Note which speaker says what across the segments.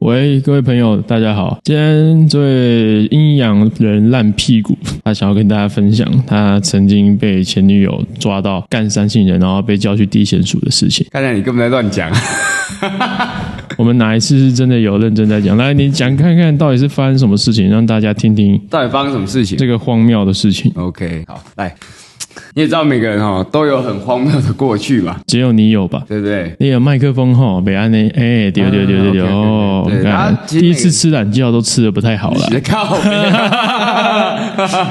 Speaker 1: 喂，各位朋友，大家好。今天这位阴阳人烂屁股，他想要跟大家分享他曾经被前女友抓到干三性人，然后被叫去地检署的事情。
Speaker 2: 看来你根本在乱 讲。
Speaker 1: 我们哪一次是真的有认真在讲？来，你讲看看到底是发生什么事情，让大家听听
Speaker 2: 到底发生什么事情
Speaker 1: 这个荒谬的事情。
Speaker 2: ？OK，好，来，你也知道每个人哈、都有很荒谬的过去嘛，
Speaker 1: 只有你有吧？
Speaker 2: 对不对？
Speaker 1: 你有麦克风吼，北安呢？哎，对对对对对
Speaker 2: 啊，OK，OK，OK，
Speaker 1: 哦，
Speaker 2: 对
Speaker 1: 你
Speaker 2: 然
Speaker 1: 看
Speaker 2: 后其实
Speaker 1: 第一
Speaker 2: 那
Speaker 1: 次
Speaker 2: 个
Speaker 1: 吃懒觉都吃的不太好了
Speaker 2: 你。的靠 背啊！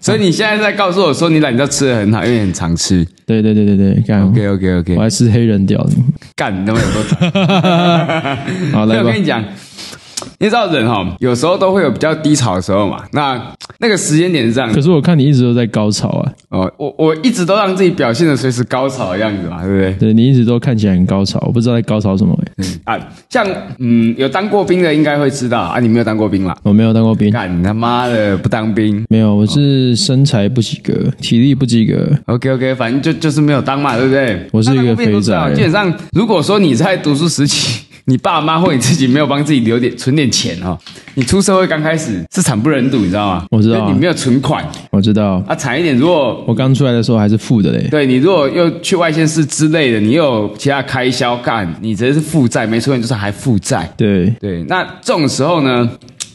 Speaker 2: 所以你现在在告诉我说你懒觉吃的很好，因为很常吃。
Speaker 1: 对对对对对，干，
Speaker 2: OK OK
Speaker 1: 我
Speaker 2: OK，
Speaker 1: 还吃黑人屌呢。
Speaker 2: 干你他妈有多常？
Speaker 1: 好，来
Speaker 2: 我
Speaker 1: 吧
Speaker 2: 跟。你讲。你知道人哈、有时候都会有比较低潮的时候嘛。那那个时间点是这样
Speaker 1: 可是我看你一直都在高潮啊，
Speaker 2: 哦，我我一直都让自己表现的随时高潮的样子嘛，对不对？
Speaker 1: 对你一直都看起来很高潮，我不知道在高潮什么、欸。
Speaker 2: 啊，像嗯，有当过兵的应该会知道啊，你没有当过兵啦？
Speaker 1: 我没有当过兵，
Speaker 2: 干你他妈的不当兵
Speaker 1: 没有，我是身材不及格，体力不及格。
Speaker 2: ，OK OK，反正就就是没有当嘛，对不对？
Speaker 1: 我是一个
Speaker 2: 那当过兵都知道
Speaker 1: 肥宅
Speaker 2: 基本上，如果说你在读书时期，你爸妈或你自己没有帮自己留点存点钱哦，你出社会刚开始是惨不忍睹，你知道吗？
Speaker 1: 我知道啊
Speaker 2: 就你没有存款
Speaker 1: 我知道，
Speaker 2: 啊，惨一点，如果
Speaker 1: 我刚出来的时候还是负的嘞。
Speaker 2: 对你如果又去外县市之类的，你又有其他开销干，你直接是负债，没错，你就是还负债。
Speaker 1: 对，
Speaker 2: 对，那这种时候呢，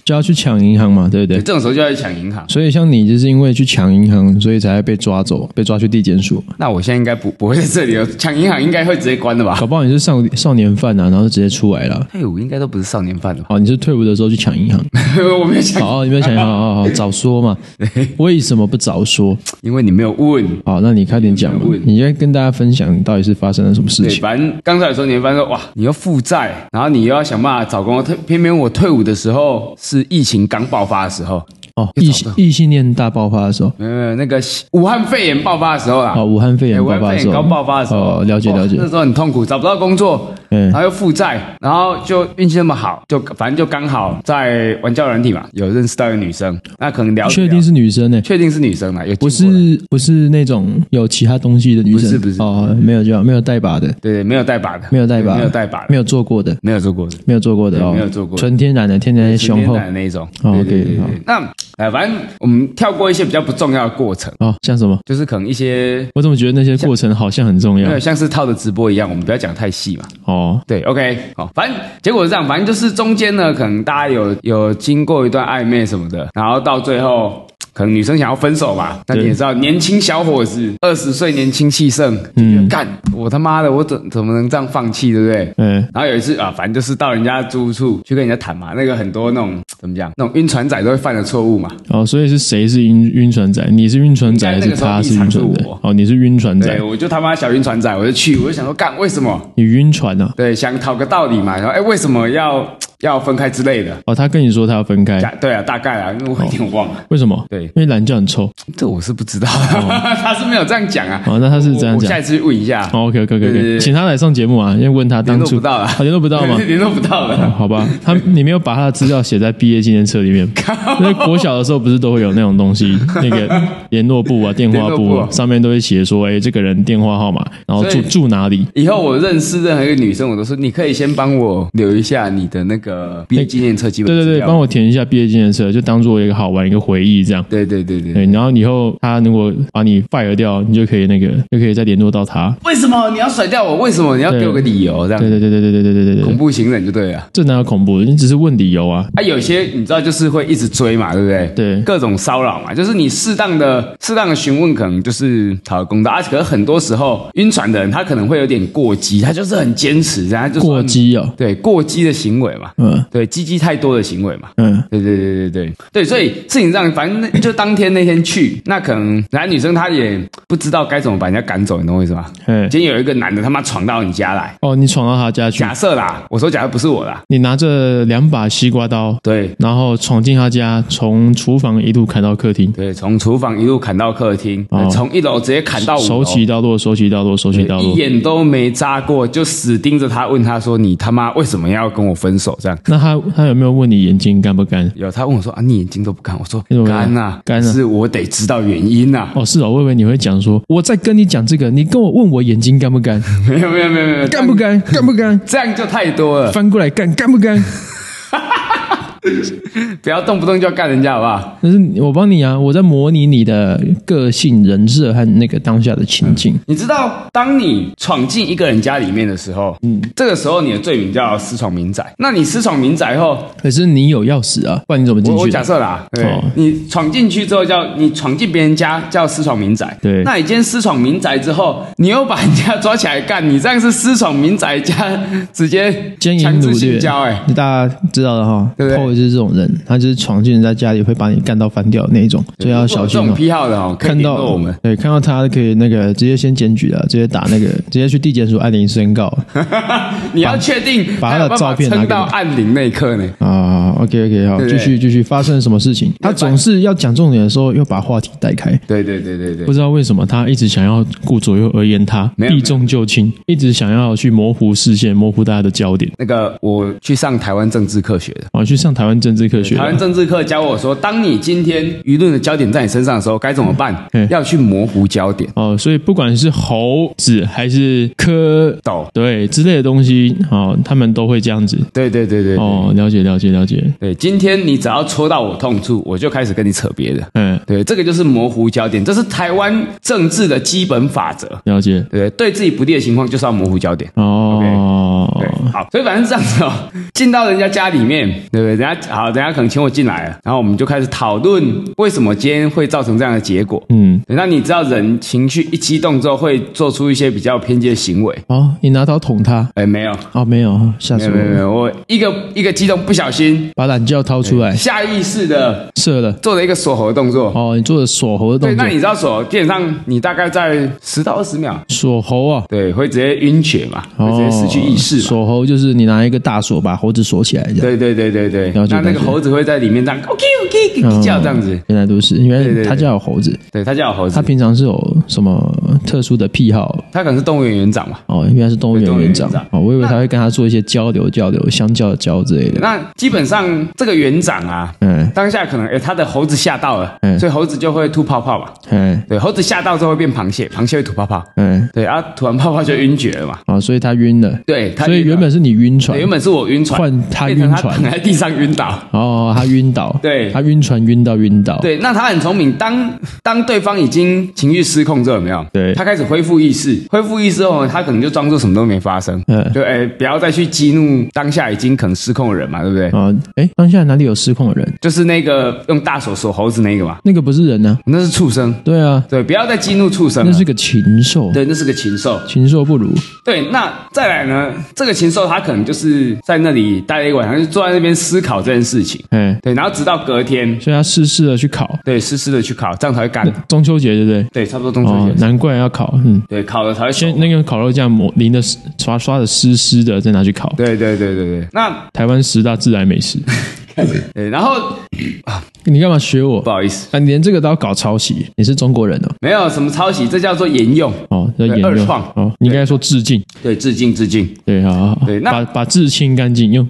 Speaker 1: 就要去抢银行嘛，对不对？
Speaker 2: 这种时候就要去抢银行。
Speaker 1: 所以像你就是因为去抢银行，所以才被抓走，被抓去地检署。
Speaker 2: 那我现在应该不不会在这里了，哦抢银行应该会直接关的吧？
Speaker 1: 搞不好你是少少年犯啊，然后直接出来了。
Speaker 2: 退伍应该都不是少年犯了吧？
Speaker 1: 哦，你是退伍的时候去抢银行。
Speaker 2: 我没有想，
Speaker 1: 好、哦，你没有抢银行，好好好，早说嘛。为什么不早说？
Speaker 2: 因为你没有问。
Speaker 1: 好，那你快点讲嘛
Speaker 2: 没有。问
Speaker 1: 你应该跟大家分享到底是发生了什么事
Speaker 2: 对，
Speaker 1: 情。
Speaker 2: 反正刚才的时候，你会发现说，哇，你要负债，然后你又要想办法找工作。特偏偏我退伍的时候是疫情刚爆发的时候，
Speaker 1: 哦，异性异性恋大爆发的时候，
Speaker 2: 没有没有那个武汉肺炎爆发的时候啦。
Speaker 1: 哦，武汉肺
Speaker 2: 哎
Speaker 1: 炎
Speaker 2: 武
Speaker 1: 爆
Speaker 2: 汉
Speaker 1: 发
Speaker 2: 肺
Speaker 1: 的时
Speaker 2: 炎
Speaker 1: 候，
Speaker 2: 刚爆发的时候，
Speaker 1: 哦，了解
Speaker 2: 哇
Speaker 1: 了解
Speaker 2: 那，时候很痛苦，找不到工作，
Speaker 1: 嗯
Speaker 2: 然后又负债，然后就运气那么好，就反正就刚好在玩教软体嘛，有认识到一个女生，那可能聊
Speaker 1: 确定
Speaker 2: 是
Speaker 1: 是女生呢？
Speaker 2: 确定是女生嘛，有
Speaker 1: 不
Speaker 2: 经过的
Speaker 1: 是不是那种有其他东西的女生，
Speaker 2: 不是不是
Speaker 1: 哦，没有就没有带把的，
Speaker 2: 对，没有带把的，
Speaker 1: 没有带把，
Speaker 2: 对没有带把的，
Speaker 1: 没有做过的，
Speaker 2: 没有做过的，
Speaker 1: 没有做过的
Speaker 2: 对
Speaker 1: 哦，
Speaker 2: 没有做过的
Speaker 1: 纯天然的，天然的
Speaker 2: 纯
Speaker 1: 雄
Speaker 2: 天
Speaker 1: 厚
Speaker 2: 然的那一种。
Speaker 1: 哦
Speaker 2: 对对
Speaker 1: OK，
Speaker 2: 对对
Speaker 1: 好
Speaker 2: 对那哎，反正我们跳过一些比较不重要的过程，
Speaker 1: 哦，像什么？
Speaker 2: 就是可能一些
Speaker 1: 我怎么觉得那些过程好像很重要
Speaker 2: 没有像是套的直播一样，我们不要讲太细嘛。
Speaker 1: 哦？
Speaker 2: 对，OK，好，反正结果是这样，反正就是中间呢，可能大家有有经过一段暧昧什么的，然后到最后。可能女生想要分手吧，那
Speaker 1: 对
Speaker 2: 你也知道，年轻小伙子二十岁年轻气盛，
Speaker 1: 嗯
Speaker 2: 嗯，干我他妈的，我怎怎么能这样放弃，对不对？
Speaker 1: 嗯，
Speaker 2: 然后有一次啊，反正就是到人家租屋处去跟人家谈嘛，那个很多那种怎么讲，那种晕船仔都会犯的错误嘛。
Speaker 1: 哦，所以是谁是晕晕船仔？你是晕船仔还
Speaker 2: 应该
Speaker 1: 是
Speaker 2: 那个时候
Speaker 1: 他是
Speaker 2: 立
Speaker 1: 晕
Speaker 2: 场是
Speaker 1: 船仔
Speaker 2: 我？
Speaker 1: 哦，你是晕船
Speaker 2: 对，
Speaker 1: 仔，
Speaker 2: 我就他妈小晕船仔，我就去，我就想说干为什么？
Speaker 1: 你晕船啊？
Speaker 2: 对，想讨个道理嘛，然后哎为什么要要分开之类的？
Speaker 1: 哦，他跟你说他要分开，
Speaker 2: 假对啊，大概啊，因为我有点忘了，
Speaker 1: 为什么？
Speaker 2: 对
Speaker 1: 因为懒觉很臭。
Speaker 2: 这我是不知道，他是没有这样讲啊。
Speaker 1: 哦，那他是这样
Speaker 2: 我我
Speaker 1: 讲
Speaker 2: 下。一次问一下，
Speaker 1: 哦 OK，OK，OK，、
Speaker 2: 对对对
Speaker 1: 请他来上节目啊，因为问他当
Speaker 2: 联络
Speaker 1: 初
Speaker 2: 不到 了？
Speaker 1: 啊联络不到吗
Speaker 2: 联络不到
Speaker 1: 哦
Speaker 2: 了。
Speaker 1: 好吧，他你没有把他的资料写在毕业纪念册里 面。那国小的时候不是都会有那种东西，那个联络簿啊、电话
Speaker 2: 联
Speaker 1: 簿
Speaker 2: 络
Speaker 1: 啊
Speaker 2: 簿
Speaker 1: 上面都会写说，哎，这个人电话号码，然后住
Speaker 2: 所以
Speaker 1: 住哪里。
Speaker 2: 以后我认识任何一个女生，我都说你可以先帮我留一下你的那个毕业纪念册基本
Speaker 1: 对对
Speaker 2: 资
Speaker 1: 对，
Speaker 2: 料
Speaker 1: 帮我填一下毕业纪念册，就当做一个好玩一个回忆这样。
Speaker 2: 对对对对。
Speaker 1: 对，然后以后他如果把你 fire 掉，你就可以那个，就可以再联络到他。
Speaker 2: 为什么你要甩掉我？为什么你要给我个理由？这
Speaker 1: 对
Speaker 2: 样
Speaker 1: 对对对对对对对对
Speaker 2: 恐
Speaker 1: 对，
Speaker 2: 怖情人就对了。
Speaker 1: 这哪有恐怖？你只是问理由啊。
Speaker 2: 啊，有些你知道就是会一直追嘛，对不对？
Speaker 1: 对
Speaker 2: 各种骚扰嘛，就是你适当的、适当的询问，可能就是讨个公道。啊，可是很多时候晕船的人，他可能会有点过激，他就是很坚持，然后就说
Speaker 1: 过，激哦，
Speaker 2: 对过激的行为嘛，
Speaker 1: 嗯
Speaker 2: 对鸡鸡太多的行为嘛。
Speaker 1: 嗯，
Speaker 2: 对对对对对对，所以事情这样，反正那就当天那天去，那可能男女生他也不知道该怎么把人家赶走，你懂我意思吗？
Speaker 1: 哎，
Speaker 2: 今天有一个男的他妈闯到你家来，
Speaker 1: 哦，你闯到他家去，
Speaker 2: 假设啦，我说假设不是我啦，
Speaker 1: 你拿着两把西瓜刀，
Speaker 2: 对
Speaker 1: 然后闯进他家，从厨房一路砍到客厅，
Speaker 2: 对，从厨房一路砍到客厅，
Speaker 1: 哦
Speaker 2: 从一楼直接砍到五楼
Speaker 1: 手，起刀落，手起刀落，手起刀
Speaker 2: 一
Speaker 1: 落。
Speaker 2: 眼都没眨过，就死盯着他，问他说：“你他妈为什么要跟我分手？”这样。
Speaker 1: 那他他有没有问你眼睛干不干？
Speaker 2: 有他问我说啊，你眼睛都不看，我说
Speaker 1: 你怎么了
Speaker 2: 干呐，
Speaker 1: 干啊
Speaker 2: 是我得知道原因啊呐、
Speaker 1: 哦，是哦，我以为你会讲说，我在跟你讲这个，你跟我问我眼睛干不 干，
Speaker 2: 没有没有没有没有，
Speaker 1: 干不干，干不干，
Speaker 2: 这样就太多了。
Speaker 1: 翻过来干，干不干？
Speaker 2: 不要动不动就要干人家，好不好？
Speaker 3: 但是我帮你啊，我在模拟你的个性、人设和那个当下的情境。
Speaker 2: 你知道，当你闯进一个人家里面的时候，嗯，这个时候你的罪名叫私闯民宅。那你私闯民宅后，
Speaker 3: 可是你有钥匙啊，不然你怎么进
Speaker 2: 我我
Speaker 3: 去
Speaker 2: 假
Speaker 3: 的？
Speaker 2: 设啦，对，
Speaker 3: 哦
Speaker 2: 你闯进去之后叫你闯进别人家叫私闯民宅，
Speaker 1: 对
Speaker 2: 那你今天私闯民宅之后，你又把人家抓起来干，你这样是私闯民宅加直接
Speaker 3: 奸淫
Speaker 2: 强制
Speaker 3: 掳
Speaker 2: 性
Speaker 3: 掠，
Speaker 2: 交、哎，
Speaker 3: 大家知道的哈。
Speaker 2: 对不对
Speaker 3: Paul 就是这种人，他就是闯进人家家里会把你干到翻掉的那一种，所以要小心哦
Speaker 2: 如果有这种。癖好的哦，可以
Speaker 3: 看到
Speaker 2: 联络我们。
Speaker 3: 对，看到他可以那个直接先检举了，直接打那个， 直接去地检署按铃申告
Speaker 2: 你要确定
Speaker 3: 把
Speaker 2: 还
Speaker 3: 他的
Speaker 2: 有办法
Speaker 3: 照片拿
Speaker 2: 撑
Speaker 3: 给
Speaker 2: 到
Speaker 3: 你
Speaker 2: 按铃那一刻呢？
Speaker 3: 啊。OK OK，好，
Speaker 2: 对
Speaker 3: 继续继续，发生了什么事情？他总是要讲重点的时候，又把话题带开。
Speaker 2: 对对对对对
Speaker 1: 不，知道为什么他一直想要顾左右而言他，
Speaker 2: 没有
Speaker 1: 避重就轻，一直想要去模糊视线，模糊大家的焦点。
Speaker 2: 那个我去上台湾政治课学的。
Speaker 3: 啊
Speaker 1: 我去上台湾政治课学
Speaker 2: 台
Speaker 1: 的，
Speaker 2: 湾政治课教我说，当你今天舆论的焦点在你身上的时候，该怎么办
Speaker 1: 嗯？
Speaker 2: 要去模糊焦点，
Speaker 3: 啊
Speaker 1: 哦，所以不管是猴子还是科，
Speaker 2: 抖。
Speaker 1: 对之类的东西，哦，他们都会这样子。
Speaker 2: 对对对对对
Speaker 1: 哦，了解了解了解，
Speaker 2: 对，今天你只要戳到我痛处，我就开始跟你扯别的。
Speaker 3: 哎
Speaker 1: 嗯，
Speaker 2: 对，这个就是模糊焦点，这是台湾政治的基本法则。
Speaker 1: 了解。
Speaker 2: 对，对自己不利的情况就是要模糊焦点。
Speaker 1: 哦
Speaker 2: 对，好，所以反正这样子哦， 进到人家家里面，对不对？人家好，人家可能请我进来了，然后我们就开始讨论为什么今天会造成这样的结果。
Speaker 1: 嗯，
Speaker 2: 对那你知道人情绪一激动之后会做出一些比较偏激的行为？
Speaker 3: 哦，你拿刀捅他？
Speaker 2: 哎，没有，
Speaker 3: 哦，没有，吓
Speaker 2: 没
Speaker 3: 死
Speaker 2: 有，
Speaker 3: 我
Speaker 2: 没有，没
Speaker 3: 了！
Speaker 2: 有，我一个一个激动，不小心
Speaker 3: 把懒觉掏出
Speaker 1: 哎
Speaker 3: 来，
Speaker 2: 下意识的
Speaker 3: 射了。
Speaker 2: 做了一个锁喉动作。
Speaker 3: 哦，你做的锁喉的
Speaker 2: 对，
Speaker 3: 动
Speaker 2: 那
Speaker 3: 作
Speaker 2: 你，知道锁，基本上你大概在十到二十秒，
Speaker 3: 锁喉啊，
Speaker 2: 对，会直接晕厥嘛，会
Speaker 3: 哦，
Speaker 2: 直接失去意识嘛。
Speaker 3: 锁喉就是你拿一个大锁把猴子锁起来，这样。
Speaker 2: 对对对对对，
Speaker 3: 了解
Speaker 2: 那那
Speaker 3: 了
Speaker 2: 个
Speaker 3: 解
Speaker 2: 猴子会在里面这样 OK OK 叫这样子
Speaker 3: 嗯，原来都是，因
Speaker 2: 对对
Speaker 3: 为
Speaker 2: 对
Speaker 3: 他家有猴子，
Speaker 2: 对，它叫猴
Speaker 3: 他
Speaker 2: 子，
Speaker 3: 平常是有什么特殊的癖好
Speaker 2: 它可能是动物园园长嘛。
Speaker 3: 哦？应该是动物
Speaker 2: 对
Speaker 3: 园
Speaker 2: 动物园
Speaker 3: 园长
Speaker 2: 园长
Speaker 3: 哦，我以为他会跟他做一些交流、交流、相交的交之类的。
Speaker 2: 那基本上这个园长啊，
Speaker 3: 嗯
Speaker 2: 当下可能哎他的猴子吓到了，
Speaker 3: 嗯
Speaker 2: 所以猴子就会吐泡泡嘛。
Speaker 3: 嗯
Speaker 2: 对，猴子吓到之后会变螃蟹，螃蟹会吐泡泡。
Speaker 3: 嗯，
Speaker 2: 对啊，吐完泡泡就晕厥了嘛。
Speaker 3: 哦，所以他晕了，
Speaker 2: 对，它
Speaker 3: 所以
Speaker 2: 晕了
Speaker 3: 原本是你晕船
Speaker 2: 对，原本是我晕船，
Speaker 3: 换他
Speaker 2: 变成
Speaker 3: 晕 船
Speaker 2: 躺在地上晕倒。
Speaker 3: 哦，他晕倒，
Speaker 2: 对
Speaker 3: 他晕船晕到晕
Speaker 1: 哦
Speaker 3: 倒，
Speaker 2: 对，那他很聪明。当当对方已经情绪失控之后，有没有？
Speaker 1: 对
Speaker 2: 他开始恢复意识，恢复意识后呢，他可能就装作什么都没 发生，
Speaker 3: 嗯
Speaker 2: 就哎、不要再去激怒当下已经可能失控的人嘛，对不对？
Speaker 3: 啊，哎，当下哪里有失控的人？
Speaker 2: 就是那个用大手锁猴子那个嘛，
Speaker 3: 那个不是人呢？
Speaker 2: 那是畜生，
Speaker 3: 对啊，
Speaker 2: 对，不要再激怒畜生了
Speaker 3: 那是个禽兽，
Speaker 2: 对，那是个禽兽。
Speaker 3: 禽兽不如。
Speaker 2: 对，那再来呢？这个禽兽他可能就是在那里待了一晚上，就坐在那边思考这件事情。
Speaker 1: 哎，
Speaker 2: 对，然后直到隔天，
Speaker 1: 所以他试试的去考
Speaker 2: 对，湿湿的去烤，这样才会干。
Speaker 1: 中秋节，对不对？
Speaker 2: 对，差不多啊中秋
Speaker 1: 哦
Speaker 2: 节，，哦
Speaker 1: 难怪要烤，嗯。
Speaker 2: 对，烤了才会熟
Speaker 1: 先那个烤肉酱抹淋的湿刷刷的湿湿的，再拿去烤。
Speaker 2: 对对对对对，那
Speaker 1: 台湾十大自然美食，
Speaker 2: 对，然后
Speaker 3: 你干嘛学我
Speaker 2: 不？好意思，
Speaker 3: 啊，你连这个都要搞抄袭？你是中国人哦？
Speaker 2: 没有什么抄袭，这叫做沿用，
Speaker 1: 哦，要
Speaker 2: 对
Speaker 1: 研
Speaker 2: 二
Speaker 1: 究
Speaker 2: 创
Speaker 1: 哦，你应该说致敬，
Speaker 2: 对，致敬致敬。
Speaker 1: 对，好好好，
Speaker 2: 对那
Speaker 1: 把把字清干净，用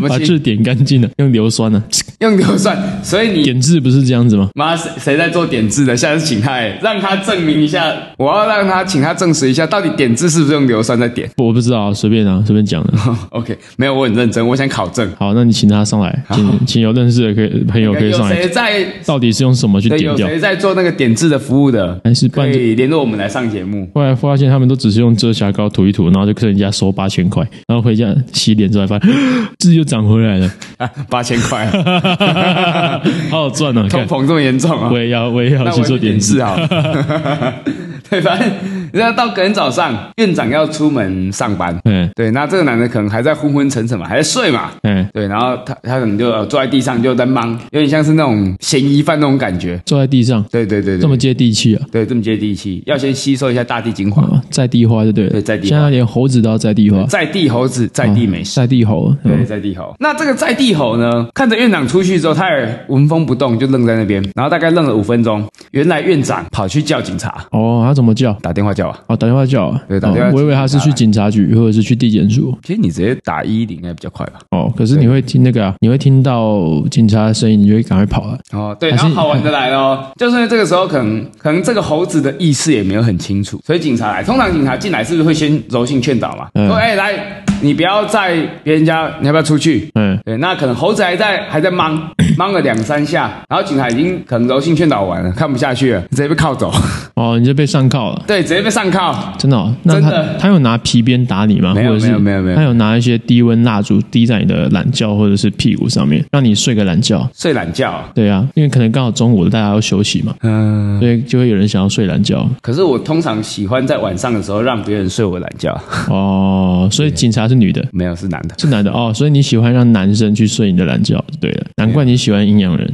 Speaker 2: 么
Speaker 1: 把
Speaker 2: 清
Speaker 1: 字点干净了，用硫酸 呢、
Speaker 2: 用流算，所以你
Speaker 1: 点字不是这样子吗？
Speaker 2: 妈谁谁在做点字的？下次请他，哎，让他证明一下，我要让他请他证实一下，到底点字是不是用硫酸在点
Speaker 1: 我不知道，随便啊，随便讲的。
Speaker 2: ？OK，没有，我很认真，我想考证。
Speaker 1: 好，那你请他上来，请请有认识的可以朋友可以
Speaker 2: 有
Speaker 1: 上来，
Speaker 2: 谁在？
Speaker 1: 到底是用什么去
Speaker 2: 对，
Speaker 1: 点
Speaker 2: 有
Speaker 1: 掉？
Speaker 2: 谁在做那个点字的服务的？
Speaker 1: 还是
Speaker 2: 可
Speaker 1: 半
Speaker 2: 以联络我们来上节目。
Speaker 1: 后来发现他们都只是用遮瑕膏涂一涂，然后就跟人家收八千块，然后回家洗脸之后还发现字又长回来了，
Speaker 2: 啊，八千块、啊，
Speaker 1: 好好赚 啊！
Speaker 2: 通
Speaker 1: 看，
Speaker 2: 膨这么严重啊
Speaker 1: 我！也要，我也要
Speaker 2: 那
Speaker 1: 去
Speaker 2: 我
Speaker 1: 做
Speaker 2: 有
Speaker 1: 点
Speaker 2: 点
Speaker 1: 痣
Speaker 2: 字
Speaker 1: 啊！
Speaker 2: 啊。 对，反正人家到隔天早上，院长要出门上班。
Speaker 1: 嗯
Speaker 2: 对，那这个男的可能还在昏昏沉沉嘛，还在睡嘛。
Speaker 1: 嗯，
Speaker 2: 对，然后他他可能就呃坐在地上就在忙，有点像是那种嫌疑犯那种感觉。
Speaker 1: 坐在地上
Speaker 2: 对对对
Speaker 1: 这
Speaker 2: 对
Speaker 1: 么，接地气啊！
Speaker 2: 对这么接地气，要先吸收一下大地精华。
Speaker 3: 啊，在地化就对了。
Speaker 2: 对在地化
Speaker 3: 现在连猴子都要在地
Speaker 1: 哦
Speaker 3: 化，
Speaker 2: 在地猴子，在地美食。
Speaker 3: 在地猴。
Speaker 2: 对，在地猴。那这个在地猴呢，看着院长出去之后，他也纹风不动，就愣在那边。然后大概愣了五分钟，原来院长跑去叫警察，
Speaker 3: 哦，他怎么叫？
Speaker 2: 打电话叫叫啊。
Speaker 1: 哦，打电话叫啊，
Speaker 2: 对打电话
Speaker 1: 哦我以为他是去警察局或者是去地检署
Speaker 2: 其实你直接打一一零应该比较快吧？
Speaker 1: 哦，可是你会听那个啊，你会听到警察的声音，你就会赶快跑了。
Speaker 2: 哦，对，
Speaker 1: 还
Speaker 2: 然
Speaker 1: 是
Speaker 2: 后好玩的来了哦， 就是这个时候可能可能这个猴子的意识也没有很清楚，所以警察来，通常警察进来是不是会先柔性劝导嘛？
Speaker 1: 嗯
Speaker 2: 说，哎、来，你不要在别人家，你要不要出去？
Speaker 1: 嗯，
Speaker 2: 对，那可能猴子还在还在忙 忙了两三下，然后警察已经可能柔性劝导完了，看不下去了，直接被铐走，
Speaker 1: 哦，你就被上铐了。
Speaker 2: 对，直接被上铐。
Speaker 1: 真的、哦？那
Speaker 2: 真
Speaker 1: 他
Speaker 2: 的
Speaker 1: 他有拿皮鞭打你吗？
Speaker 2: 没有
Speaker 1: 或者是
Speaker 2: 没有没有没有
Speaker 1: 他有拿一些低温蜡烛滴在你的懒觉或者是屁股上面，让你睡个懒觉。
Speaker 2: 睡懒觉，
Speaker 1: 对啊，因为可能刚好中午大家要休息嘛，
Speaker 2: 嗯，
Speaker 1: 所以就会有人想要睡懒觉。
Speaker 2: 可是我通常喜欢在晚上的时候让别人睡我懒觉，
Speaker 1: 哦，所以警察是女的，
Speaker 2: 没有是男的，
Speaker 1: 是男的哦，所以你喜欢让男生去睡你的懒觉就对了，难怪你喜欢阴阳人。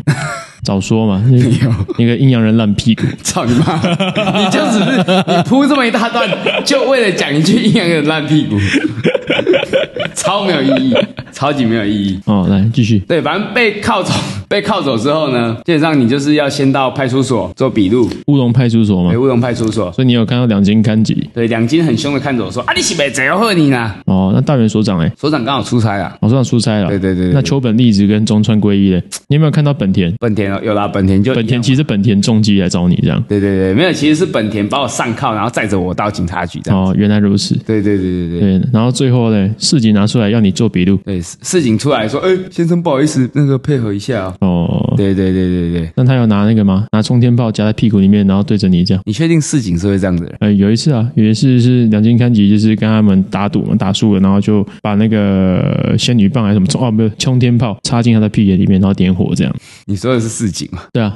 Speaker 1: 早说 嘛，那那个阴阳人烂屁股，
Speaker 2: 操你妈！你就只是你铺这么一大段，就为了讲一句阴阳眼烂屁股，超没有意义，超级没有意义。
Speaker 1: 哦，来继续。
Speaker 2: 对，反正被铐走， 被铐走之后呢，基本上你就是要先到派出所做笔录，
Speaker 1: 乌龙派出所嘛
Speaker 2: 回，乌龙派出所。
Speaker 1: 所以你有看到两斤干集
Speaker 2: 对，两金很凶的看着我说：“啊，你是被怎样喝你呢
Speaker 1: 哦。那大元所长哎、？”
Speaker 2: 所长刚好出差啊，
Speaker 1: 我算出差了。
Speaker 2: 对对对对
Speaker 1: 那秋本利子跟中川圭一嘞，你有没有看到本田？
Speaker 2: 本田哦，有啦，本田就
Speaker 1: 本田其实本田重击来找你这样。
Speaker 2: 对对对，没有，其实是本田把我上铐，然后载着我到警察局这样。
Speaker 1: 哦，原来如此。
Speaker 2: 对对对对对。
Speaker 1: 对，然后最后嘞，市警拿出来要你做笔录。
Speaker 2: 对，事事情出来说，哎、先生，不好意思，那个配合一下啊、
Speaker 1: 哦，
Speaker 2: 对对对对对，
Speaker 1: 那他有拿那个吗？拿冲天炮夹在屁股里面，然后对着你这样。
Speaker 2: 你确定市井是会这样子的人？
Speaker 1: 呃，有一次啊，有一次是两金刊吉，就是跟他们打赌嘛，打输了，然后就把那个仙女棒还是什么冲哦，没有冲天炮插进他的屁眼里面，然后点火这样。
Speaker 2: 你说的是市井吗？
Speaker 1: 对啊，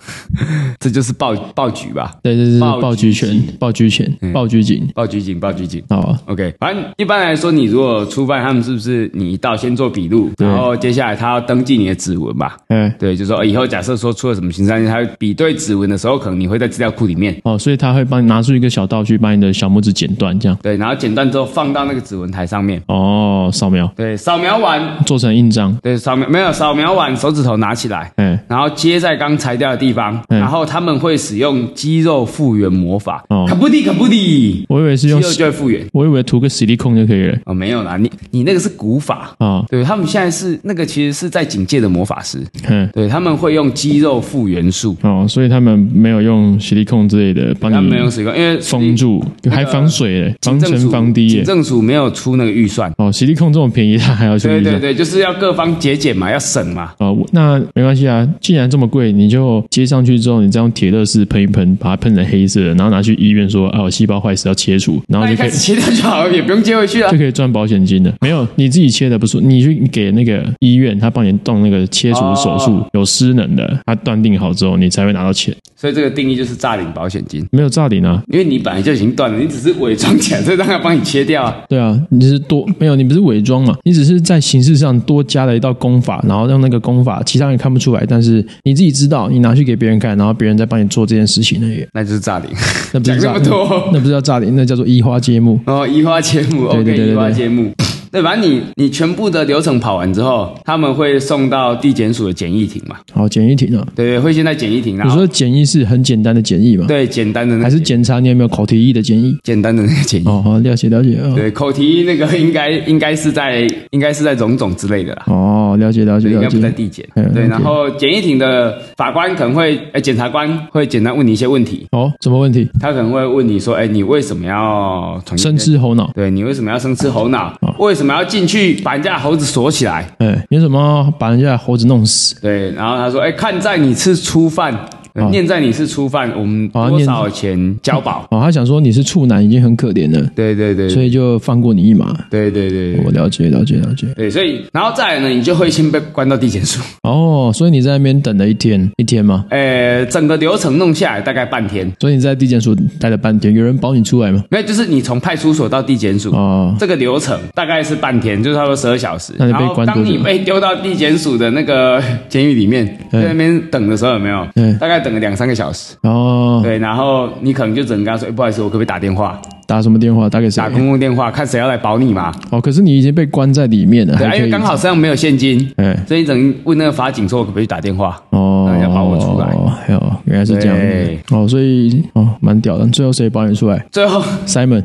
Speaker 2: 这就是暴暴举吧？
Speaker 1: 对对对，
Speaker 2: 暴
Speaker 1: 暴
Speaker 2: 击
Speaker 1: 菊拳、暴菊拳、暴菊警。
Speaker 2: 暴举警，暴举警。
Speaker 1: 好啊，
Speaker 2: OK，反正一般来说，你如果初犯，他们是不是你一到先做笔录，然后接下来他要登记你的指纹吧？
Speaker 1: 哎，
Speaker 2: 对，就说呃以后假设说出了什么情案，他会比对指纹的时候，可能你会在资料库里面。
Speaker 1: 哦，所以他会帮你拿出一个小道具，把你的小拇指剪断这样。
Speaker 2: 对，然后剪断之后放到那个指纹台上面。
Speaker 1: 哦，扫描
Speaker 2: 对，扫描完，
Speaker 1: 做成印章。
Speaker 2: 对，扫描没有扫描完，手指头拿起来，
Speaker 1: 哎，
Speaker 2: 然后接在刚裁掉的地方，
Speaker 1: 嗯
Speaker 2: 然后他们会使用肌肉复原魔法，
Speaker 1: 哦
Speaker 2: 卡布迪卡布迪，
Speaker 1: 我以为是
Speaker 2: 肌
Speaker 1: 用，
Speaker 2: 肉就会复原。
Speaker 1: 我以为涂个实力控就可以了。
Speaker 2: 哦，没有啦，你你那个是古法，
Speaker 1: 啊，
Speaker 2: 对他们现在是那个其实是在警界的魔法师，
Speaker 1: 嗯，
Speaker 2: 对他们会用肌肉复原术，
Speaker 1: 哦，所以他们没有用实力控之类的帮
Speaker 2: 他们
Speaker 1: 你
Speaker 2: 没有使用，因为
Speaker 1: 封嗯住，还防水嘞，防
Speaker 2: 警政
Speaker 1: 尘
Speaker 2: 署
Speaker 1: 防滴
Speaker 2: 警
Speaker 1: 耶。
Speaker 2: 政署没有出那个预算，
Speaker 1: 哦，实力控这么便宜，他还要去
Speaker 2: 对
Speaker 1: 医
Speaker 2: 对
Speaker 1: 生。
Speaker 2: 对，就是要各方节俭嘛，要省嘛，
Speaker 1: 哦，我那没关系啊，既然这么贵，你就接上去之后，你再用铁乐士喷一喷，把它喷成黑色的，然后拿去医院说啊，我细胞坏死要切除，然后
Speaker 2: 那一
Speaker 1: 就可
Speaker 2: 开
Speaker 1: 以
Speaker 2: 始切掉就好了，也不用接回去啊 了
Speaker 1: 就。可以赚保险金了。没有，你自己切的不是，你去给那个医院，他帮你动那个切除手术，
Speaker 2: 哦
Speaker 1: 有失能的，他断定好之后，你才会拿到钱。
Speaker 2: 所以这个定义就是诈领保险金，
Speaker 1: 没有诈领啊，
Speaker 2: 因为你本来就已经断了，你只是伪装起来，所以让他帮你切掉啊。
Speaker 1: 对啊，你是 多没有，你不是伪装嘛？你只是在形式上多加了一道功法，然后用那个功法，其他人看不出来，但是你自己知道，你拿去给别人看，然后别人再帮你做这件事情而已。
Speaker 2: 那就是诈领。
Speaker 1: 那不
Speaker 2: 讲
Speaker 1: 是
Speaker 2: 这
Speaker 1: 诈
Speaker 2: 么多
Speaker 1: 那，那不是叫诈领，那叫做移花接木。
Speaker 2: 哦，移花接木
Speaker 1: 对对对对
Speaker 2: ，OK，移花接木。对，反正你你全部的流程跑完之后，他们会送到地检署的简易庭嘛？
Speaker 1: 好，简易庭啊，
Speaker 2: 对对，会先在简易庭，然
Speaker 1: 你
Speaker 2: 后
Speaker 1: 说简易是很简单的简易嘛？，
Speaker 2: 对简单的那
Speaker 1: 还是检查你有没有口蹄疫的简易？
Speaker 2: 简单的那个简易。
Speaker 1: 哦，好，了解了解。哦
Speaker 2: 嗯对，口蹄那个应该应该是在应该是在荣总之类的啦，
Speaker 1: 哦，了解了解
Speaker 2: 对，应
Speaker 1: 了
Speaker 2: 该不在
Speaker 1: 解。
Speaker 2: 地检。
Speaker 1: 嗯
Speaker 2: 对，
Speaker 1: 了解
Speaker 2: 然后简易庭的法官可能会，哎，检察官会简单问你一些问题，
Speaker 1: 哦，什么问题？
Speaker 2: 他可能会问你说，哎，你为什么要闯进
Speaker 1: 生吃哦猴脑。
Speaker 2: 对你为什么要生吃猴脑？为什么要进去把人家的猴子锁起来？
Speaker 1: 哎，你为什么把人家的猴子弄死？
Speaker 2: 对，然后他说：“哎，看在你是初犯，呃
Speaker 1: 哦
Speaker 2: 念在你是初犯，我们
Speaker 1: 哦
Speaker 2: 多少钱 交保
Speaker 1: 哦，他想说你是处男已经很可怜了？”，
Speaker 2: 对对对，
Speaker 1: 所以就放过你一马。
Speaker 2: 对对对对
Speaker 1: 我了解了解了解。
Speaker 2: 对，所以然后再来呢，你就会先被关到地 检署，
Speaker 1: 哦，所以你在那边等了一天，一天吗？
Speaker 2: 呃，整个流程弄下来大概半天。
Speaker 1: 所以你在地检署待了半天，有人保你出来吗？
Speaker 2: 没有，就是你从派出所到地检署，
Speaker 1: 哦，
Speaker 2: 这个流程大概是半天，就是差不多十二小时。
Speaker 1: 那你被
Speaker 2: 然后
Speaker 1: 关多
Speaker 2: 当
Speaker 1: 久
Speaker 2: 你被丢到地检署的那个监狱里面，
Speaker 1: 嗯
Speaker 2: 在那边等的时候，有没有
Speaker 1: 嗯？
Speaker 2: 大概等了两三个小时。
Speaker 1: 然后
Speaker 2: 对，然后你可能就只能跟他说：“哎，不好意思，我可不可以打电话？
Speaker 1: 打什么电话？打给谁
Speaker 2: 打？公共电话，看谁要来保你嘛？”
Speaker 1: 哦，可是你已经被关在里面了，
Speaker 2: 对，啊
Speaker 1: 还
Speaker 2: 因
Speaker 1: 可
Speaker 2: 为
Speaker 1: 以
Speaker 2: 刚好身上没有现金，
Speaker 1: 哎
Speaker 2: 所以你只能问那个法警说，我可不可以打电话？
Speaker 1: 哦
Speaker 2: 那，要把我出来
Speaker 1: 还有原来是这样
Speaker 2: 对
Speaker 1: 哦，所以哦，蛮屌的。最后谁保你出来
Speaker 2: 最后
Speaker 1: ？Simon。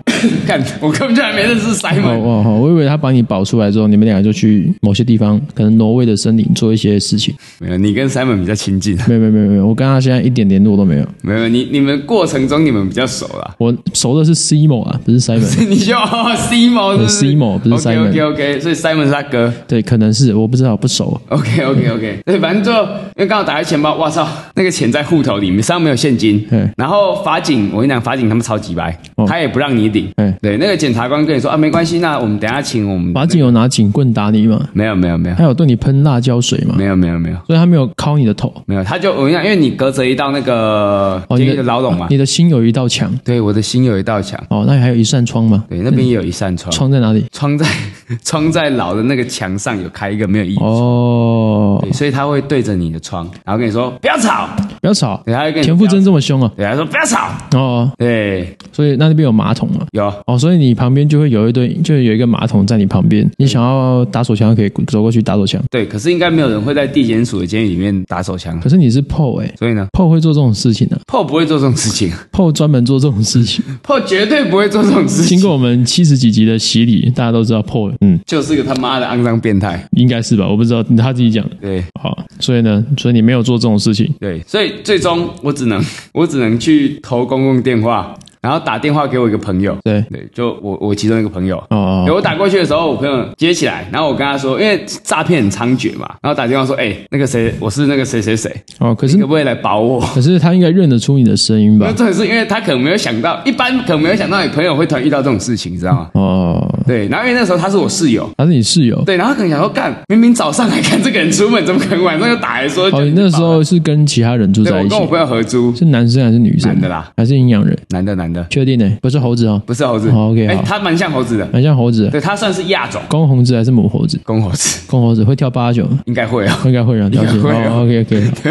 Speaker 2: 看我根本就还没认识
Speaker 1: 哦
Speaker 2: Simon，
Speaker 1: 哦哦，我以为他把你保出来之后，你们两个就去某些地方，可能挪威的森林做一些事情。
Speaker 2: 没有，你跟 Simon 比较亲近，
Speaker 1: 没有没有没有没有，我跟他现在一点联络都没有。
Speaker 2: 没有，你你们过程中你们比较熟啦。
Speaker 1: 我熟的是 Simo 啊，不是 Simon。
Speaker 2: 你就 Simon 是不是
Speaker 1: Simo，不是哦 Simon
Speaker 2: OK OK OK，所以 Simon 是他哥。
Speaker 1: 对，可能是我不知道，不熟。
Speaker 2: OK OK
Speaker 1: 嗯
Speaker 2: OK，对，反正最后因为刚好打开钱包，哇操，那个钱在户头里面，身上没有现金
Speaker 1: 嗯。
Speaker 2: 然后法警，我跟你讲，法警他们超级白，
Speaker 1: 哦
Speaker 2: 他也不让你领
Speaker 1: 嗯。
Speaker 2: 对，那个检察官跟你说啊，没关系，那我们等一下请我们
Speaker 1: 法警有拿警棍打你吗？
Speaker 2: 没有没有没 有
Speaker 1: 他有对你喷辣椒水吗？
Speaker 2: 没有没有没有
Speaker 1: 所以他没有敲你的头。
Speaker 2: 没有，他就我跟你讲，因为你隔着一道那个
Speaker 1: 哦，
Speaker 2: 监
Speaker 1: 你
Speaker 2: 狱的牢笼嘛
Speaker 1: 你，的心有一道墙。
Speaker 2: 对，我的心有一道墙，
Speaker 1: 哦，那你还有一扇窗吗？
Speaker 2: 对，那边也有一扇窗，
Speaker 1: 窗在哪里？
Speaker 2: 窗在 窗在牢的那个墙上有开一个没有意义。
Speaker 1: 哦
Speaker 2: 对，，所以他会对着你的窗，然后跟你说不要吵，
Speaker 1: 不要吵。
Speaker 2: 对，他会跟你
Speaker 1: 田馥甄
Speaker 2: 说
Speaker 1: 这么凶啊？
Speaker 2: 不要吵，对，他说不要吵，
Speaker 1: 哦，
Speaker 2: 对，
Speaker 1: 所以那那边有马桶吗？
Speaker 2: 有
Speaker 1: 哦，所以你旁边就会有一堆，就有一个马桶在你旁边，你想要打手枪可以走过去打手枪。
Speaker 2: 对，可是应该没有人会在地检署的监狱里面打手枪，
Speaker 1: 可是你是 PO 哎、
Speaker 2: 所以呢
Speaker 1: p o 会做这种事情的、啊、
Speaker 2: ，Paul 不会做这种事情
Speaker 1: ，PO 专门做这种事情。
Speaker 2: ，Paul 绝对不会做这种事
Speaker 1: 经
Speaker 2: 情，
Speaker 1: 过我们七十几集的洗礼，大家都知道 PO，嗯，
Speaker 2: 就是个他妈的肮脏变态，
Speaker 1: 应该是吧？我不知道他自己讲的。
Speaker 2: 对。
Speaker 1: 好，所以呢，所以你没有做这种事情，
Speaker 2: 对，所以最终我只能我只能去投公共电话，然后打电话给我一个朋友。
Speaker 1: 对，
Speaker 2: 对，就我我其中一个朋友。
Speaker 1: 哦
Speaker 2: 对我打过去的时候，我朋友接起来，然后我跟他说，因为诈骗很猖獗嘛，然后打电话说，哎、那个谁，我是那个谁谁谁，
Speaker 1: 哦，可
Speaker 2: 你
Speaker 1: 是
Speaker 2: 可不可以来保我？
Speaker 1: 可是他应该认得出你的声音
Speaker 2: 那
Speaker 1: 吧？
Speaker 2: 重点是因为他可能没有想到，一般可能没有想到你朋友会突然遇到这种事情，你知道吗？
Speaker 1: 哦，
Speaker 2: 对，然后因为那时候他是我室友，
Speaker 1: 他是你室友。
Speaker 2: 嗯对，然后他可能想说，干，明明早上还看这个人出门，怎么可能晚上又打来说？
Speaker 1: 哦，你那时候是跟其他人住
Speaker 2: 对
Speaker 1: 在
Speaker 2: 我
Speaker 1: 一起
Speaker 2: 跟，我朋友合租，
Speaker 1: 是男生还是女生？
Speaker 2: 男的啦，
Speaker 1: 还是阴阳人？
Speaker 2: 男的男的，
Speaker 1: 确定呢、不是猴子哦，
Speaker 2: 不是猴子。
Speaker 1: 哦，OK，
Speaker 2: 哎、
Speaker 1: 好
Speaker 2: 它蛮像猴子的，
Speaker 1: 很像猴子，
Speaker 2: 对，它算是亚种
Speaker 1: 公猴子还是母猴子？
Speaker 2: 公猴子，
Speaker 1: 公猴子会跳八九，
Speaker 2: 应该会啊、
Speaker 1: 应该会让
Speaker 2: 应
Speaker 1: 跳
Speaker 2: 该
Speaker 1: 起。
Speaker 2: 会哦
Speaker 1: 哦，OK OK，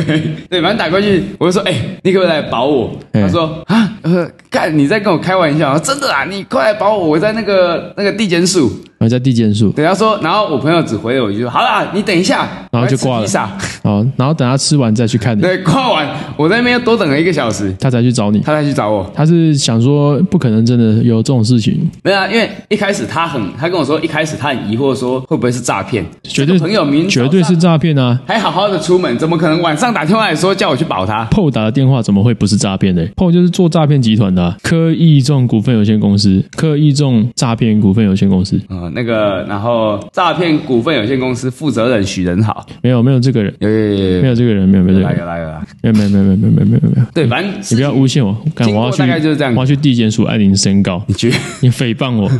Speaker 2: 对 对，反正打过去，我就说，哎、你可不可以来保我？
Speaker 1: 嗯
Speaker 2: 他说啊，呃，干，你在跟我开玩笑？我说真的啊，你快来保我，我在那个那个地检署。
Speaker 1: 我哦在地检署。
Speaker 2: 对，他说，然后我朋友只回了我一句，好啦，你等一下，
Speaker 1: 然后就挂了
Speaker 2: 我要吃披萨。
Speaker 1: 好，哦然后等他吃完再去看你，
Speaker 2: 对，挂完，我在那边又多等了一个小时，
Speaker 1: 他才去找你。
Speaker 2: 他才去找我。
Speaker 1: 他是想说，不可能真的有这种事情，
Speaker 2: 没有啊，因为一开始他很，他跟我说，一开始他很疑惑，说会不会是诈骗？
Speaker 1: 绝对
Speaker 2: 这个朋友明
Speaker 1: 绝对
Speaker 2: 早上啊
Speaker 1: 是诈骗啊！
Speaker 2: 还好好的出门，怎么可能晚上打电话来说叫我去保他？
Speaker 1: PO 打的电话怎么会不是诈骗呢？PO 就是做诈骗集团的、啊，科益众股份有限公司，科益众诈骗股份有限公司，
Speaker 2: 嗯，那个，然后诈骗股份有限公司负责人许仁好，
Speaker 1: 没有没有这个人，
Speaker 2: 有有有有
Speaker 1: 没有这个人，没有没有
Speaker 2: 有
Speaker 1: 这个
Speaker 2: 来
Speaker 1: 人
Speaker 2: 有来有来，
Speaker 1: 没有没有没有没有没有没有没有 没有，
Speaker 2: 对，反正
Speaker 1: 你不
Speaker 2: 是
Speaker 1: 要诬陷我，干
Speaker 2: 经过
Speaker 1: 我要去
Speaker 2: 大概就是这样
Speaker 1: 我要去地检署按您申告，
Speaker 2: 你去，
Speaker 1: 你诽谤我，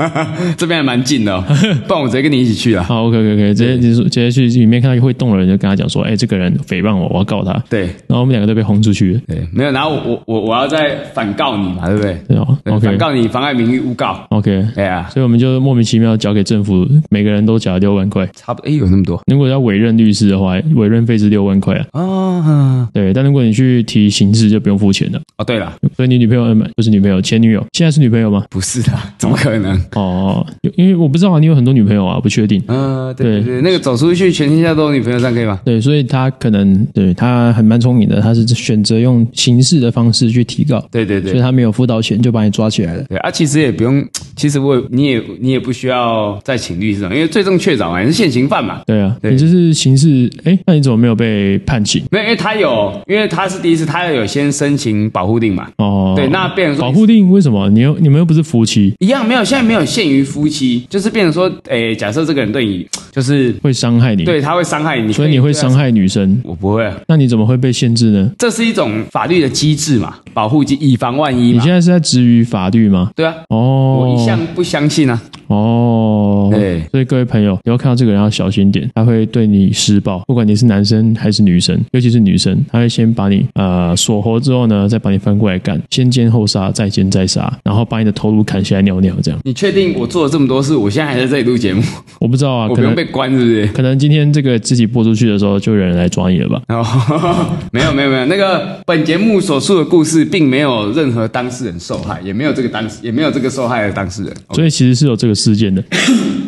Speaker 2: 这边还蛮近 的、哦，不然我直接跟你一起去啊。
Speaker 1: 好 OK OK OK，直接直接直接去里面看到一个会动的人，就跟他讲说，哎、这个人诽谤我，我要告他，
Speaker 2: 对
Speaker 1: 然后我们两个都被轰出去了，
Speaker 2: 对，没有，然后我我我我要再反告你嘛，对不对？
Speaker 1: 对哦
Speaker 2: 对
Speaker 1: ，OK
Speaker 2: 反告你妨碍名誉诬告，
Speaker 1: OK，
Speaker 2: 哎呀，
Speaker 1: 所以我们就莫名其妙缴给政府，每个人都缴六万块。
Speaker 2: 差不多，哎，有那么多
Speaker 1: 如果要委任律师的话，委任费是六万块啊。
Speaker 2: 啊？
Speaker 1: 对，但如果你去提刑事就不用付钱了。
Speaker 2: 哦，对了，
Speaker 1: 所以你女朋友呃不是女朋友，前女友现在是女朋友吗？
Speaker 2: 不是啦，怎么可能？
Speaker 1: 哦，因为我不知道啊，你有很多女朋友啊，不确定。
Speaker 2: 嗯、对对
Speaker 1: 对
Speaker 2: 对，那个走出去，全天下都有女朋友，这样可以吗？
Speaker 1: 对，所以他可能对他很蛮聪明的，他是选择用刑事的方式去提告，
Speaker 2: 对对
Speaker 1: 所以
Speaker 2: 对。
Speaker 1: 他没有付到钱就把你抓起来了。
Speaker 2: 对啊，其实也不用，其实我也你也你也不需要再请律师了，因为最终确凿嘛，你是现行犯嘛，
Speaker 1: 对啊，
Speaker 2: 对
Speaker 1: 你这是刑事，哎，那你怎么没有被判刑？
Speaker 2: 没有，因为他有，因为他是第一次，他有先申请保护令嘛。
Speaker 1: 哦，
Speaker 2: 对，那变成说
Speaker 1: 保护令为什么？你又你们又不是夫妻，
Speaker 2: 一样没有，现在没有限于夫妻，就是变成说，诶，假设这个人对你，就是
Speaker 1: 会伤害你，
Speaker 2: 对他会伤害你，
Speaker 1: 所以你会
Speaker 2: 对他啊
Speaker 1: 伤？害女生，
Speaker 2: 我不会，啊
Speaker 1: 那你怎么会被限制呢？
Speaker 2: 这是一种法律的机制嘛，保护机以防万一
Speaker 1: 你
Speaker 2: 嘛
Speaker 1: 现。在是在质疑法律吗？
Speaker 2: 对啊，
Speaker 1: 哦，
Speaker 2: 我一向不相信啊。
Speaker 1: 哦，
Speaker 2: 对
Speaker 1: 所以各位朋友，以后看到这个人要小心点，他会对你施暴，不管你是男生还是女生，尤其是女生，他会先把你呃锁喉之后呢，再把你翻过来干，先奸后杀，再奸再杀，然后把你的头颅砍下来尿尿，这样
Speaker 2: 你确定我做了这么多事，我现在还在这里录节目，
Speaker 1: 我不知道啊，
Speaker 2: 我
Speaker 1: 可
Speaker 2: 不用
Speaker 1: 能
Speaker 2: 被关是不是？
Speaker 1: 可能今天这个自己播出去的时候，就有人来抓你了吧？
Speaker 2: 哦， 没有没有没有，那个本节目所述的故事，并没有任何当事人受害，也没有这个当事，也没有这个受害的当事人。哦
Speaker 1: 所以其实是有这个事件的，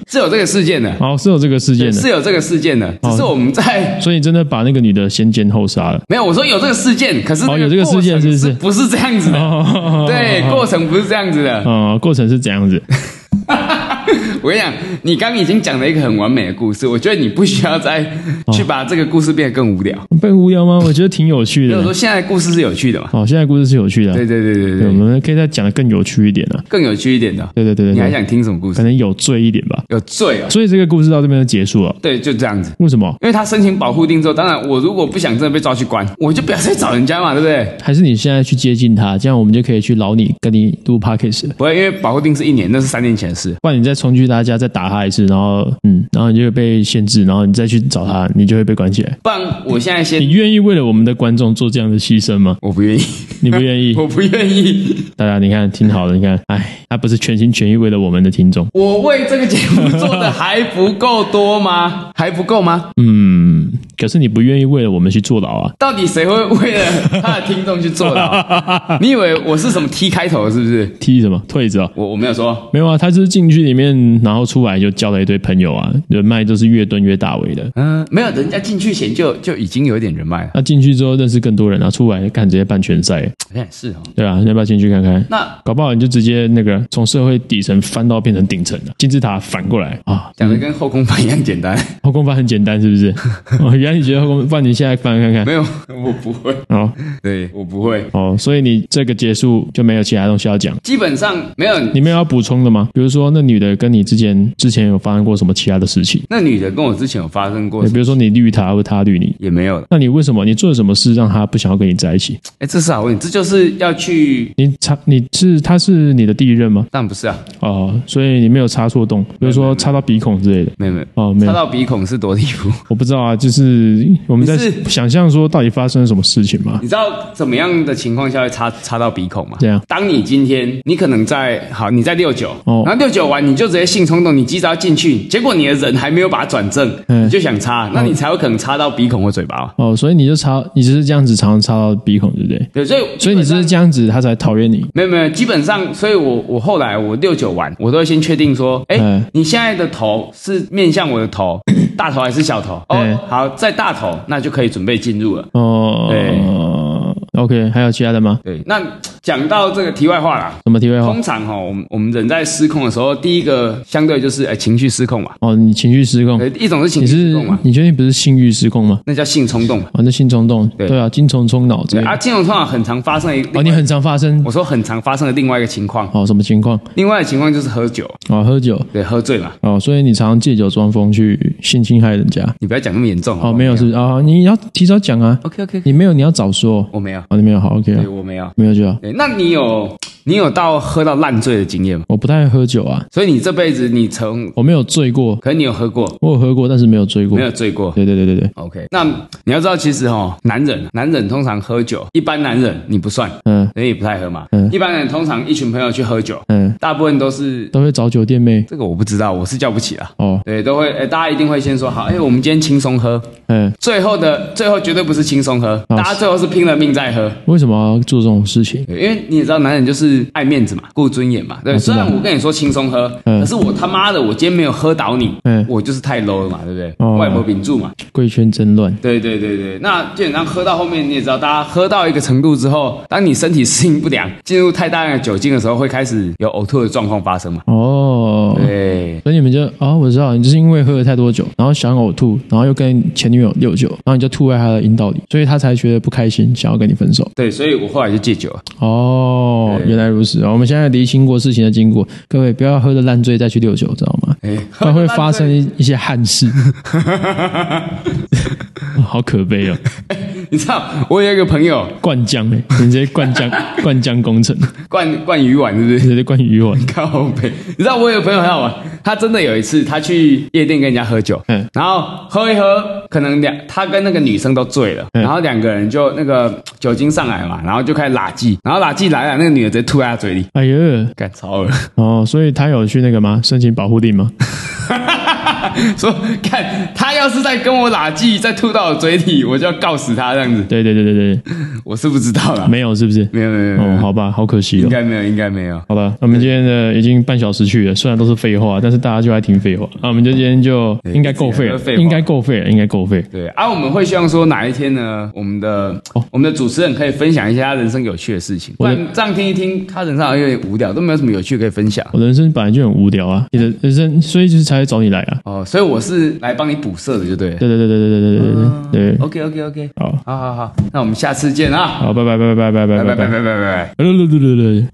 Speaker 2: 是有这个事件的，
Speaker 1: 哦，是有这个事件
Speaker 2: 是
Speaker 1: 的，哦
Speaker 2: 有这个事件的，只是我们在
Speaker 1: 所以你真的把那个女的先奸后杀了。
Speaker 2: 没有我说有这个事件，可是
Speaker 1: 哦有这个事件
Speaker 2: 过程
Speaker 1: 是
Speaker 2: 是
Speaker 1: 不是
Speaker 2: 不是这样子的？
Speaker 1: 哦，
Speaker 2: 对，过程不是这样子的。
Speaker 1: 哦，过程是怎样子？
Speaker 2: 我跟你讲，你刚刚已经讲了一个很完美的故事，我觉得你不需要再去
Speaker 1: 哦
Speaker 2: 把这个故事变得更无聊。
Speaker 1: 被无聊吗？我觉得挺有趣
Speaker 2: 因为我
Speaker 1: 的
Speaker 2: 说。现在的故事是有趣的嘛？
Speaker 1: 哦，现在故事是有趣的啊，
Speaker 2: 对对对对
Speaker 1: 对，我
Speaker 2: 对，
Speaker 1: 们可以再讲的更有趣一点啊。
Speaker 2: 更有趣一点的。
Speaker 1: 对对对对，
Speaker 2: 你还
Speaker 1: 对
Speaker 2: 想听什么故
Speaker 1: 可
Speaker 2: 事？
Speaker 1: 能有罪一点吧。
Speaker 2: 有罪啊！
Speaker 1: 所以这个故事到这边就结束了。
Speaker 2: 对，就这样子。
Speaker 1: 为什么？
Speaker 2: 因为他申请保护令之后，当然我如果不想真的被抓去关，我就不要再找人家嘛，对不对？
Speaker 1: 还是你现在去接近他，这样我们就可以去捞你，跟你录 podcast 了。
Speaker 2: 不会，因为保护令是一年，那是三年前的事。
Speaker 1: 不然你再冲去他家，再打他一次，然后嗯，然后你就会被限制，然后你再去找他，你就会被关起来。
Speaker 2: 不然我现在
Speaker 1: 你
Speaker 2: 先，
Speaker 1: 愿意为了我们的观众做这样的牺牲吗？
Speaker 2: 我不愿意，
Speaker 1: 你不愿意？
Speaker 2: 我不愿意，
Speaker 1: 大家你看，挺好的，你看，哎，他不是全心全意为了我们的听众。
Speaker 2: 我为这个节目做的还不够多吗？ 还不够吗？
Speaker 1: 嗯，可是你不愿意为了我们去坐牢啊？
Speaker 2: 到底谁会为了他的听众去做 牢？你以为我是什么 T 开头的是不是？
Speaker 1: 踢什么退子哦？
Speaker 2: 我我没有说，
Speaker 1: 没有啊，他就是进去里面，然后出来就交了一堆朋友啊，人脉都是越蹲越大尾的。
Speaker 2: 嗯、没有，人家进去前就就已经有点人脉了，
Speaker 1: 那进去之后认识更多人啊，出来看直接办拳赛，
Speaker 2: 好像也是哦。
Speaker 1: 对啊，你要不要进去看看？
Speaker 2: 那
Speaker 1: 搞不好你就直接那个从社会底层翻到变成顶层了，金字塔反过来啊！
Speaker 2: 讲的跟后空翻一样简 单，
Speaker 1: 后空翻很简单是不是？哦，原来你觉得后空翻，你现在翻看看
Speaker 2: 没。有， 我不会，
Speaker 1: 哦
Speaker 2: 对我不会。
Speaker 1: 哦，所以你这个结束就没有其他东西要讲，
Speaker 2: 基本上没有。
Speaker 1: 你们有要补充的吗？比如说那女的跟你之间之前有发生过什么其他的事情？
Speaker 2: 那女的跟我之前有发生过
Speaker 1: 对，，比如说你绿她或她绿你，
Speaker 2: 也没有了。
Speaker 1: 那你为什么你做了什么事让她不想要跟你在一起？
Speaker 2: 哎，这是好问题，这就是要去。
Speaker 1: 你插你是她是你的第一任吗？
Speaker 2: 但不是啊，
Speaker 1: 哦，所以你没有插错洞，比如说插到鼻孔之类的。
Speaker 2: 没有没有，
Speaker 1: 哦，没有
Speaker 2: 插，到鼻孔是多离谱。
Speaker 1: 我不知道啊，就是我们在
Speaker 2: 你是
Speaker 1: 想象说到底发生了什么事情嘛？
Speaker 2: 你知道怎么样的情况下会插插到鼻孔吗？
Speaker 1: 怎样
Speaker 2: 当你今天你可能在好，你在六九、
Speaker 1: 哦
Speaker 2: 然后六九完你就直接性冲动，你急着要进去，结果你的人还没有把它转正，
Speaker 1: 嗯
Speaker 2: 你就想插，那你才有可能插到鼻孔或嘴巴嘛。
Speaker 1: 哦，所以你就插，你只是这样子常常插到鼻孔，对不对？
Speaker 2: 对，所以
Speaker 1: 所以你
Speaker 2: 基
Speaker 1: 只是
Speaker 2: 本上
Speaker 1: 这样子，他才讨厌你。
Speaker 2: 没有没有，基本上，所以我我后来我六九完，我都会先确定说，哎、
Speaker 1: 嗯
Speaker 2: 你现在的头是面向我的 头，大头还是小头？
Speaker 1: 嗯
Speaker 2: 哦，好，在大头，那就可以准备进入了。
Speaker 1: 哦，OK，还有其他的吗？
Speaker 2: 对，那讲到这个题外话啦，
Speaker 1: 什么题外话
Speaker 2: 通？常哈、哦，我们我们人在失控的时候，第一个相对就是哎情绪失控嘛，
Speaker 1: 哦，你情绪失控，
Speaker 2: 对，一种是情
Speaker 1: 你
Speaker 2: 绪失
Speaker 1: 是
Speaker 2: 控嘛，
Speaker 1: 你确定不是性欲失控吗？
Speaker 2: 那叫性冲动嘛。
Speaker 1: 哦，那性冲动，
Speaker 2: 对
Speaker 1: 对啊，精虫冲脑之
Speaker 2: 对
Speaker 1: 类的。哦
Speaker 2: 啊，这种通常很常发生的一个，
Speaker 1: 哦，你很常发生
Speaker 2: 我说很常发生的另外一个情况，
Speaker 1: 哦什么情况？
Speaker 2: 另外的情况就是喝酒，
Speaker 1: 哦，喝酒
Speaker 2: 对，喝醉嘛，
Speaker 1: 哦，所以你常常借酒装疯去性侵害人家。
Speaker 2: 你不要讲那么严重。
Speaker 1: 哦，没有是不是哦，你要提早讲啊。
Speaker 2: ，OK OK，
Speaker 1: 你没有，你要早说。
Speaker 2: 我没有，
Speaker 1: 哦，你没有，好，OK 啊
Speaker 2: 对，，我没有。
Speaker 1: 没有就好。
Speaker 2: 对，哎那你有你有到喝到烂醉的经验吗？
Speaker 1: 我不太喝酒啊，
Speaker 2: 所以你这辈子你从，
Speaker 1: 我没有醉过，
Speaker 2: 可能你有喝过，
Speaker 1: 我有喝过，但是没有醉过
Speaker 2: 没。有醉过。
Speaker 1: 对对对对对，
Speaker 2: OK，那你要知道，其实哦，男人男人通常喝酒，一般男人你不算，
Speaker 1: 嗯
Speaker 2: 所以你不太喝嘛。
Speaker 1: 嗯
Speaker 2: 一般人通常一群朋友去喝酒，
Speaker 1: 嗯，
Speaker 2: 大部分都是
Speaker 1: 都会找酒店妹。
Speaker 2: 这个我不知道，我是叫不起啊。
Speaker 1: 哦，
Speaker 2: 对，都会，诶大家一定会先说好，哎，我们今天轻松喝。
Speaker 1: 嗯，
Speaker 2: 最后的最后绝对不是轻松喝，
Speaker 1: 哦
Speaker 2: 大家最后是拼了命在喝。
Speaker 1: 为什么要做这种事情？
Speaker 2: 对因为你也知道，男人就是爱面子嘛，顾尊严嘛。对，
Speaker 1: 知
Speaker 2: 虽
Speaker 1: 道
Speaker 2: 然我跟你说轻松喝，
Speaker 1: 啊嗯
Speaker 2: 可是我他妈的，我今天没有喝倒你
Speaker 1: 嗯，
Speaker 2: 我就是太 low 了嘛，对不
Speaker 1: 哦
Speaker 2: 对？外婆顶住嘛。
Speaker 1: 贵圈真乱。
Speaker 2: 对对对对，那基本上喝到后面，你也知道，大家喝到一个程度之后，当你身体适应不良， 进入太大量的酒精的时候，会开始有呕吐的状况发生嘛。
Speaker 1: 哦，
Speaker 2: 对，
Speaker 1: 所以你们就哦，我知道，你就是因为喝了太多酒，然后想呕吐，然后又跟前女友六酒，然后你就吐在她的阴道里，所以她才觉得不开心，想要跟你分手。
Speaker 2: 对，所以我后来就戒酒了。
Speaker 1: 哦，原来如此。哦我们现在厘清过事情的经过，各位不要喝的烂醉再去六酒，知道 吗？
Speaker 2: 哎，
Speaker 1: 不然会发生一一些憾事，好可悲哦！
Speaker 2: 你知道，我有一个朋友
Speaker 1: 灌浆哎、你直接灌浆灌浆工程，
Speaker 2: 灌灌鱼丸，是不是？
Speaker 1: 直接灌鱼丸。
Speaker 2: 靠北，你知道我有个朋友很好玩，他真的有一次他去夜店跟人家喝酒，
Speaker 1: 嗯
Speaker 2: 嗯，然后喝一喝，可能两他跟那个女生都醉了，
Speaker 1: 嗯
Speaker 2: 然后两个人就那个酒精上来嘛，然后就开始拉鸡，然后拉鸡来了，那个女的直接吐在他嘴里，
Speaker 1: 哎呦，
Speaker 2: 干超恶。
Speaker 1: 哦，所以他有去那个吗？申请保护令吗？
Speaker 2: 说看他要是再跟我拉鸡，再吐到我嘴里，我就要告死他这样子。
Speaker 1: 对对对对对，
Speaker 2: 我是不知道啦，
Speaker 1: 没有 是不是？
Speaker 2: 没有没有没有，
Speaker 1: 哦，好吧，好可惜
Speaker 2: 应
Speaker 1: 哦。
Speaker 2: 该没有，应该没有。
Speaker 1: 好吧，我们今天的已经半小时去了，虽然都是废话，但是大家就爱听废话。那我们就今天就应该够废
Speaker 2: 这
Speaker 1: 了
Speaker 2: 个废，话
Speaker 1: 应该够废了，应该够废。
Speaker 2: 对啊，我们会希望说哪一天呢，我们的、我们的主持人可以分享一下他人生有趣的事情，不
Speaker 1: 哦我的
Speaker 2: 然这样听一听，他人生好像有点无聊，都没有什么有趣可以分享。
Speaker 1: 我人生本来就很无聊啊，你的人生，所以就是才会找你来啊。
Speaker 2: 哦，所以我是来帮你补色的，就对了。嗯
Speaker 1: 对对对对对对对对对对，
Speaker 2: OK OK OK，
Speaker 1: 好，
Speaker 2: 好好好，那我们下次见啊，
Speaker 1: 好，拜拜拜拜拜拜
Speaker 2: 拜
Speaker 1: 拜
Speaker 2: 拜
Speaker 1: 拜拜
Speaker 2: 拜拜
Speaker 1: 拜。
Speaker 2: 拜拜拜。
Speaker 1: 对对对对对。